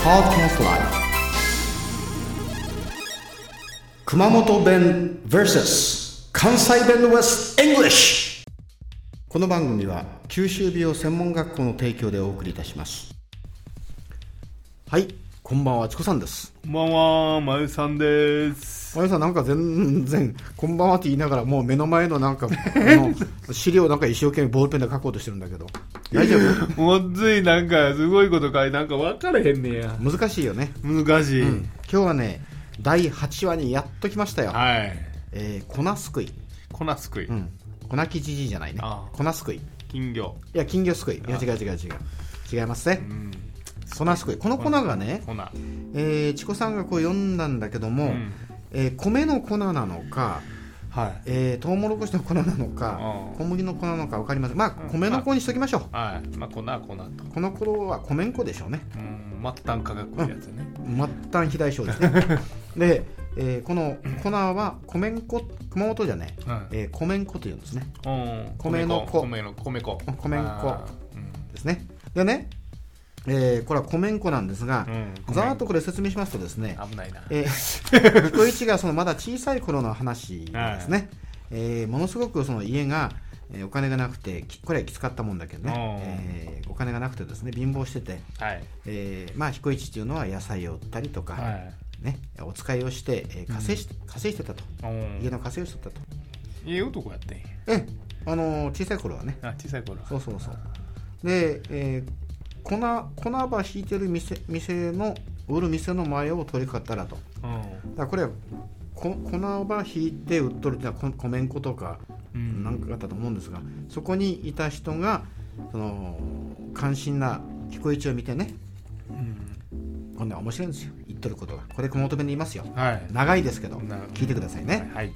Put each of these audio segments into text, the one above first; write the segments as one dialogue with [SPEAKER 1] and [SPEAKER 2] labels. [SPEAKER 1] Podcast Live 熊本弁 vs 関西弁 West English この番組は九州美容専門学校の提供でお送りいたしますはいこんばんはチコさんです
[SPEAKER 2] こんばんは、まゆさんです。
[SPEAKER 1] おやじさんなんか全然「こんばんは」って言いながらもう目の前のなん かあの資料をなんか一生懸命ボールペンで書こうとしてるんだけど大丈 夫
[SPEAKER 2] もっついなんか、すごいこと書いなんか分からへんねや。
[SPEAKER 1] 難しいよね
[SPEAKER 2] 難しい。
[SPEAKER 1] 今日はね第8話にやっときましたよ、
[SPEAKER 2] はい。
[SPEAKER 1] えー粉すくい、
[SPEAKER 2] 粉すくい。
[SPEAKER 1] うん、粉きじじいじゃないね
[SPEAKER 2] ああ
[SPEAKER 1] 粉すくいい
[SPEAKER 2] 金魚。
[SPEAKER 1] や金魚すくいいや違う違う違う違いますね
[SPEAKER 2] うん。
[SPEAKER 1] 粉すくいこの粉がね、
[SPEAKER 2] 粉。
[SPEAKER 1] えー、チコさんがこう読んだんだけども、
[SPEAKER 2] うん
[SPEAKER 1] えー米の粉なのか
[SPEAKER 2] は
[SPEAKER 1] えー、トウモロコシの粉なのか
[SPEAKER 2] ああ
[SPEAKER 1] 小麦の粉なのか分かりませんまあ
[SPEAKER 2] うん
[SPEAKER 1] 米の粉にしときましょう、
[SPEAKER 2] い。はい。まあ、粉は粉と。
[SPEAKER 1] この頃は米粉でしょうね
[SPEAKER 2] うん、末端価格ってやつね。
[SPEAKER 1] 末端肥大症です ねで、えーこの粉は米粉熊本じゃね
[SPEAKER 2] は
[SPEAKER 1] えー、米粉というんですね
[SPEAKER 2] い。うん。
[SPEAKER 1] 米の粉
[SPEAKER 2] 米の米粉。
[SPEAKER 1] うん米粉
[SPEAKER 2] あー
[SPEAKER 1] ですねでね、えーこれは米粉なんですが
[SPEAKER 2] う、ん。うん
[SPEAKER 1] ざーっとこれ説明しますとですね、
[SPEAKER 2] 危ないな。
[SPEAKER 1] え ー彦一がそのまだ小さい頃の話なんですね、えーものすごくその家が、えーお金がなくてきこれはきつかったもんだけどね、えーお金がなくてですね貧乏してて、
[SPEAKER 2] はい。
[SPEAKER 1] えーまあ彦一っていうのは野菜を売ったりとか、
[SPEAKER 2] は
[SPEAKER 1] ね、お使いをして、えー稼いし稼いしてたと、
[SPEAKER 2] い。うん。
[SPEAKER 1] 家の稼いをしてたと
[SPEAKER 2] ええ男やってんや
[SPEAKER 1] ええあのー小さい頃はね
[SPEAKER 2] あ、小さい頃は。
[SPEAKER 1] そうそうそうで、えー粉粉ば引いてる店店の売る店の前を通りかかったらと
[SPEAKER 2] うん。
[SPEAKER 1] だからこれはこ粉ば引いて売っとるっていうのはこ米粉とか
[SPEAKER 2] うん
[SPEAKER 1] なんかだったと思うんですが、そこにいた人がその関心な彦一を見てね
[SPEAKER 2] うん。
[SPEAKER 1] 今度は面白いんですよ言っとることがこれ熊本弁で言いますよ
[SPEAKER 2] はい。
[SPEAKER 1] 長いですけど
[SPEAKER 2] なるほど
[SPEAKER 1] 聞いてくださいね、
[SPEAKER 2] はい。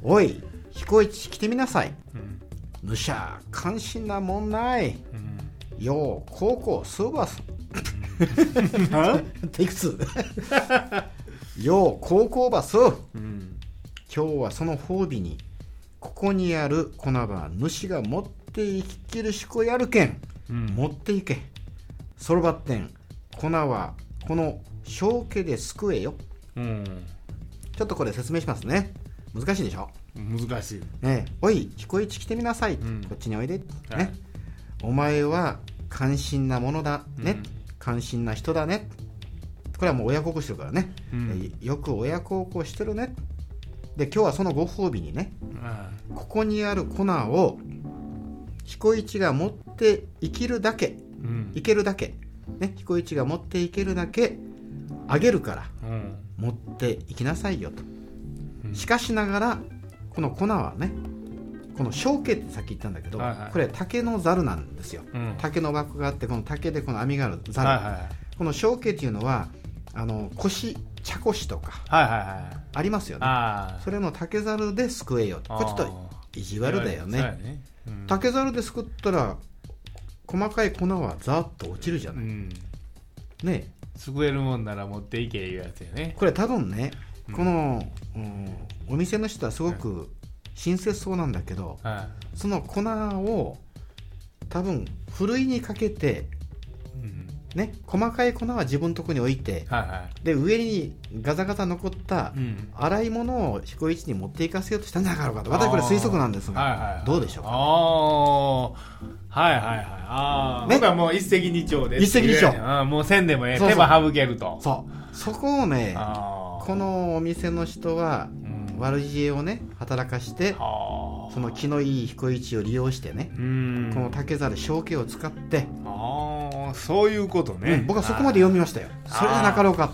[SPEAKER 1] おい彦一来てみなさい
[SPEAKER 2] うん。
[SPEAKER 1] ぬしゃ関心なもんない
[SPEAKER 2] うん。
[SPEAKER 1] よう高校数バス テイク2よう高校バス今
[SPEAKER 2] うん。
[SPEAKER 1] 日はその褒美にここにある粉ば主が持っていききるしこやるけん
[SPEAKER 2] うん。
[SPEAKER 1] 持っていけそろばってん粉はこの正家ですくえよ
[SPEAKER 2] うん。
[SPEAKER 1] ちょっとこれ説明しますね難しいでしょ
[SPEAKER 2] 難しい。
[SPEAKER 1] ねえ、おい、彦一来てみなさい、
[SPEAKER 2] うん
[SPEAKER 1] こっちにおいで、ね
[SPEAKER 2] はい
[SPEAKER 1] お前は関心なものだね、
[SPEAKER 2] うん
[SPEAKER 1] 関心な人だね、これはもう親孝行してるからね、
[SPEAKER 2] うん
[SPEAKER 1] えよく親孝行してるね、で今日はそのご褒美にね、
[SPEAKER 2] あ
[SPEAKER 1] ここにある粉を彦一が持って生きるだけ、
[SPEAKER 2] あうん
[SPEAKER 1] い。けるだけ、ね、彦一が持っていけるだけ、あげるから、
[SPEAKER 2] うん。
[SPEAKER 1] 持っていきなさいよと、
[SPEAKER 2] うん
[SPEAKER 1] しかしながらこの粉はねこの小径ってさっき言ったんだけど、
[SPEAKER 2] はいはい
[SPEAKER 1] これ竹のざるなんですよ
[SPEAKER 2] うん。
[SPEAKER 1] 竹の枠があってこの竹でこの網があるざる、
[SPEAKER 2] はいは
[SPEAKER 1] この小径っていうのはあの腰茶腰とか
[SPEAKER 2] い。はいはいはい。
[SPEAKER 1] ありますよね
[SPEAKER 2] ああ。
[SPEAKER 1] それの竹ざるですくえよとこれちょっと意地悪だよ
[SPEAKER 2] そうや
[SPEAKER 1] ね
[SPEAKER 2] ね。うん
[SPEAKER 1] 竹ざるですくったら細かい粉はざっと落ちるじゃ
[SPEAKER 2] う
[SPEAKER 1] ない、
[SPEAKER 2] ん。
[SPEAKER 1] ね
[SPEAKER 2] 救えるもんなら持っていけいうやつやね。
[SPEAKER 1] これ多分ね、
[SPEAKER 2] うん
[SPEAKER 1] この、うんお店の人はすごく親切そうなんだけど、
[SPEAKER 2] は
[SPEAKER 1] その粉を多分ふるいにかけて
[SPEAKER 2] い。うん。
[SPEAKER 1] ね細かい粉は自分のとこに置いて
[SPEAKER 2] はいは
[SPEAKER 1] で上にガザガザ残った
[SPEAKER 2] い。うん。
[SPEAKER 1] 洗い物を彦一に持っていかせようとしたんじゃなかろうかと私これ推測なんです
[SPEAKER 2] はい
[SPEAKER 1] が
[SPEAKER 2] はいはい。
[SPEAKER 1] どうでしょうか
[SPEAKER 2] ああ。はいはいはい。ああ。
[SPEAKER 1] ね
[SPEAKER 2] 僕はもう一石二鳥で。
[SPEAKER 1] 一石二鳥
[SPEAKER 2] ああ、もうせんでもええ。
[SPEAKER 1] そう
[SPEAKER 2] 手
[SPEAKER 1] そう
[SPEAKER 2] は省けると。
[SPEAKER 1] そうそこをね
[SPEAKER 2] ああ。
[SPEAKER 1] このお店の人は
[SPEAKER 2] うん
[SPEAKER 1] 悪知恵をね働かして
[SPEAKER 2] はあ。
[SPEAKER 1] その気のいい彦一を利用してね
[SPEAKER 2] うん。
[SPEAKER 1] この竹ざる小径を使って、
[SPEAKER 2] ああそういうことね、
[SPEAKER 1] うん僕はそこまで読みましたよ
[SPEAKER 2] あー
[SPEAKER 1] それじゃなかろうか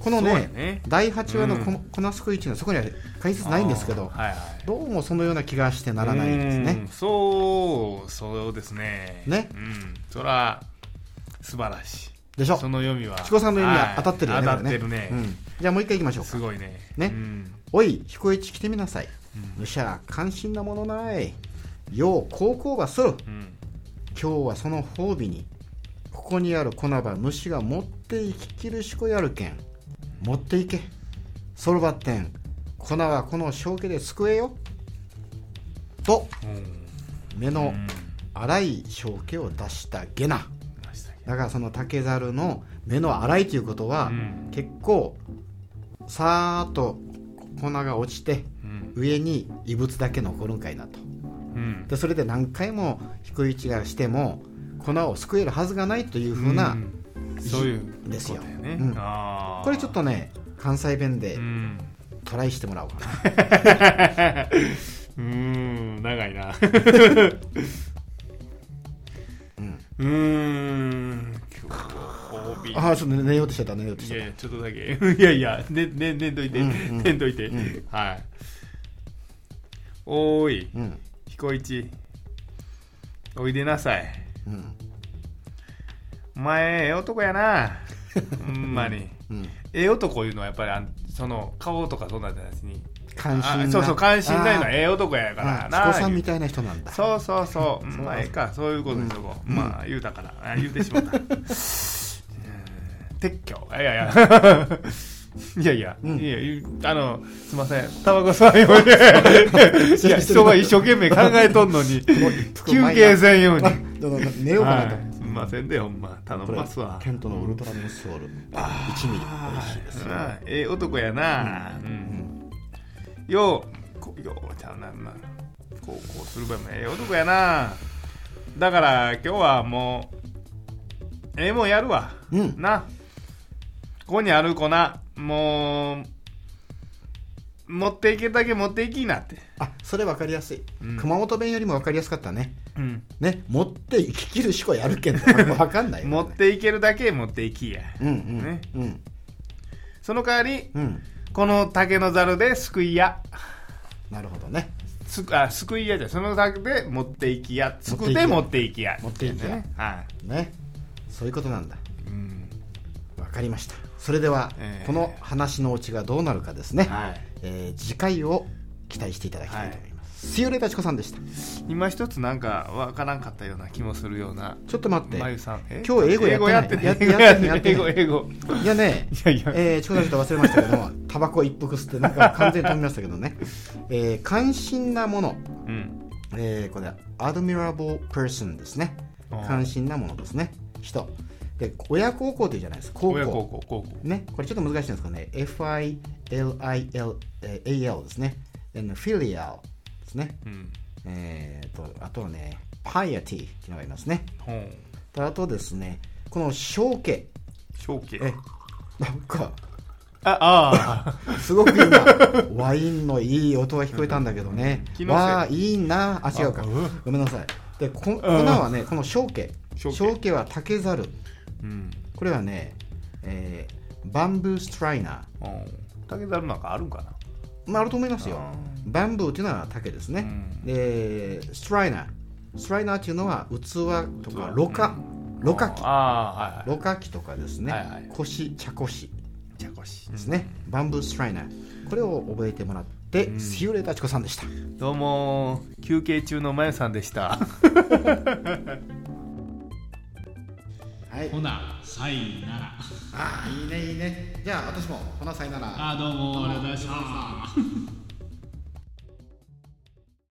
[SPEAKER 1] この
[SPEAKER 2] そう
[SPEAKER 1] ね
[SPEAKER 2] やね
[SPEAKER 1] 第8話のこ
[SPEAKER 2] うん
[SPEAKER 1] 「粉すくい」っていうのはそこには解説ないんですけど
[SPEAKER 2] あーはいはい、
[SPEAKER 1] どうもそのような気がしてならないんです
[SPEAKER 2] う
[SPEAKER 1] ね
[SPEAKER 2] んそうそうですね
[SPEAKER 1] ね
[SPEAKER 2] うんそら素晴らしい
[SPEAKER 1] でしょ
[SPEAKER 2] その読みは
[SPEAKER 1] チコさんの意味
[SPEAKER 2] は
[SPEAKER 1] はい当たってるよね
[SPEAKER 2] 当たってる
[SPEAKER 1] これ
[SPEAKER 2] ね、
[SPEAKER 1] うんじゃあもう一回いきましょう
[SPEAKER 2] す
[SPEAKER 1] か
[SPEAKER 2] ごいね
[SPEAKER 1] ね
[SPEAKER 2] うん
[SPEAKER 1] おい彦一来てみなさい
[SPEAKER 2] うん
[SPEAKER 1] むしゃ関心なものないよう高校がする
[SPEAKER 2] うん
[SPEAKER 1] 今日はその褒美にここにある粉ば主が持っていききるしこやるけん持っていけそろばってん粉はこの正家ですくえよと
[SPEAKER 2] うん
[SPEAKER 1] 目
[SPEAKER 2] う
[SPEAKER 1] の
[SPEAKER 2] ん
[SPEAKER 1] 粗い正家を出したゲナ
[SPEAKER 2] ましたけ
[SPEAKER 1] だからその竹ざるの目の粗いということは、
[SPEAKER 2] うん
[SPEAKER 1] 結構さーっと粉が落ちて
[SPEAKER 2] うん
[SPEAKER 1] 上に異物だけ残るんかいなと
[SPEAKER 2] うん
[SPEAKER 1] でそれで何回も低い位置がしても粉をすくえるはずがないというふうな、
[SPEAKER 2] うんそういう
[SPEAKER 1] ですよ
[SPEAKER 2] ことやね
[SPEAKER 1] うん
[SPEAKER 2] あー
[SPEAKER 1] これちょっとね関西弁で
[SPEAKER 2] うん
[SPEAKER 1] トライしてもらおうかな、
[SPEAKER 2] うーん長いな
[SPEAKER 1] うん
[SPEAKER 2] うーん今日は OB
[SPEAKER 1] ああちょっと寝ようとしてた寝ようとし
[SPEAKER 2] い
[SPEAKER 1] て
[SPEAKER 2] やい
[SPEAKER 1] た
[SPEAKER 2] やちょっとだけ いやいやねねねんといて、
[SPEAKER 1] うんうん
[SPEAKER 2] ねんといて、
[SPEAKER 1] う
[SPEAKER 2] はいおーい
[SPEAKER 1] うん
[SPEAKER 2] 彦一おいでなさい
[SPEAKER 1] うん
[SPEAKER 2] お前ええ男 やなほんまに
[SPEAKER 1] うん
[SPEAKER 2] ええ男いうのはやっぱりあんその顔とかそんなんじゃないしに
[SPEAKER 1] 関心
[SPEAKER 2] あ
[SPEAKER 1] な
[SPEAKER 2] そうそう関心ないのは
[SPEAKER 1] あー
[SPEAKER 2] ええ男やから
[SPEAKER 1] あー
[SPEAKER 2] な
[SPEAKER 1] チコさんみたいな人なんだ
[SPEAKER 2] そうそうそう、うんまあええか、そういうことにしとこう。まあ言うたから、あ言うてし まった。うん撤去。いやいや。 いやいや、
[SPEAKER 1] うん
[SPEAKER 2] いやいや、あの、すいません、タバコ吸 わんように。いや、人が一生懸命考えとんのに、
[SPEAKER 1] もう
[SPEAKER 2] 休憩せんように。
[SPEAKER 1] あどうぞ寝ようかなと
[SPEAKER 2] はいすいませんで、ほんま、頼
[SPEAKER 1] こ
[SPEAKER 2] み
[SPEAKER 1] れ
[SPEAKER 2] ますわ。
[SPEAKER 1] ケントのウルトラムソール1ミリ美味しいですよ
[SPEAKER 2] ああええ男やな、うんようこようちゃうなまあこうこうする場合もええ男やなだから今日はもうええもんやるわ、
[SPEAKER 1] うん
[SPEAKER 2] なここにある粉もう持っていけるだけ持っていきなって
[SPEAKER 1] あそれ分かりやすい、
[SPEAKER 2] うん
[SPEAKER 1] 熊本弁よりも分かりやすかったね
[SPEAKER 2] うん
[SPEAKER 1] ね持って生ききるしかやるけんって分かんないよ、ね、
[SPEAKER 2] 持っていけるだけ持っていきや
[SPEAKER 1] うんうん、
[SPEAKER 2] ね
[SPEAKER 1] うん
[SPEAKER 2] その代わり
[SPEAKER 1] うん
[SPEAKER 2] この竹のざるですくいや
[SPEAKER 1] なるほどね
[SPEAKER 2] すあすくいやじゃんそのだけで持っていきやつくで持
[SPEAKER 1] 持
[SPEAKER 2] っていきや
[SPEAKER 1] 持っていきや
[SPEAKER 2] ねは
[SPEAKER 1] ねそういうことなんだ
[SPEAKER 2] い、うん
[SPEAKER 1] 分かりましたそれでは、
[SPEAKER 2] えー
[SPEAKER 1] この話のオチがどうなるかですね、
[SPEAKER 2] はい、
[SPEAKER 1] えー次回を期待していただきたいと思います、すよれたちこさんでした
[SPEAKER 2] 今一つなんかわからんかったような気もするような
[SPEAKER 1] ちょっと待って
[SPEAKER 2] まゆさんえ
[SPEAKER 1] 今日英語やってない
[SPEAKER 2] 英
[SPEAKER 1] や
[SPEAKER 2] 語やってない
[SPEAKER 1] やってない
[SPEAKER 2] 英語英語
[SPEAKER 1] いやね
[SPEAKER 2] いやいや
[SPEAKER 1] えー、ちこさんちょっと忘れましたけどもタバコ一服吸ってなんか完全に飛びましたけどね、えー、関心なもの
[SPEAKER 2] うん
[SPEAKER 1] えー、これ、admirable person ですね。
[SPEAKER 2] あー
[SPEAKER 1] 関心なものですね。人。で、親孝行って言うじゃないですか。孝
[SPEAKER 2] 親孝
[SPEAKER 1] 行。
[SPEAKER 2] 行孝行
[SPEAKER 1] ね、これちょっと難しいんですかね。filial ですね。and filial ですね。
[SPEAKER 2] うん
[SPEAKER 1] えー、と、あとはね、piety っていうのがいますね。
[SPEAKER 2] ほん
[SPEAKER 1] であとですね、この正家。
[SPEAKER 2] 正気
[SPEAKER 1] え、なんか、
[SPEAKER 2] あああ
[SPEAKER 1] すごく 今、ワインのいい音が聞こえたんだけどね
[SPEAKER 2] 気。のせい
[SPEAKER 1] わあ、いいな。あ、違うか
[SPEAKER 2] あうん。
[SPEAKER 1] ごめんなさい。で、こ粉はね、この小家。
[SPEAKER 2] 小家
[SPEAKER 1] 小家は竹ざる。
[SPEAKER 2] うん
[SPEAKER 1] これはね、えーバンブーストライナ
[SPEAKER 2] うん竹ざるなんかあるんかな
[SPEAKER 1] ー。まあ、あると思いますよ
[SPEAKER 2] あ。
[SPEAKER 1] バンブーっていうのは竹ですね。で、ストライナー。ストライナーっていうのは器とか、
[SPEAKER 2] 器
[SPEAKER 1] ろ過。ろ過器。
[SPEAKER 2] ああはいは
[SPEAKER 1] ろ過器とかですね。
[SPEAKER 2] はいはい
[SPEAKER 1] 腰、茶腰
[SPEAKER 2] い茶こし
[SPEAKER 1] ですね。バンブーストライナー。これを覚えてもらって、シューレタチコさんでした。
[SPEAKER 2] どうも休憩中のまゆさんでした
[SPEAKER 1] はい。
[SPEAKER 3] ほな、さいなら。
[SPEAKER 1] ああいいねいいねじゃあ私もこの際なら
[SPEAKER 3] あ、どうも、ありがとうございました。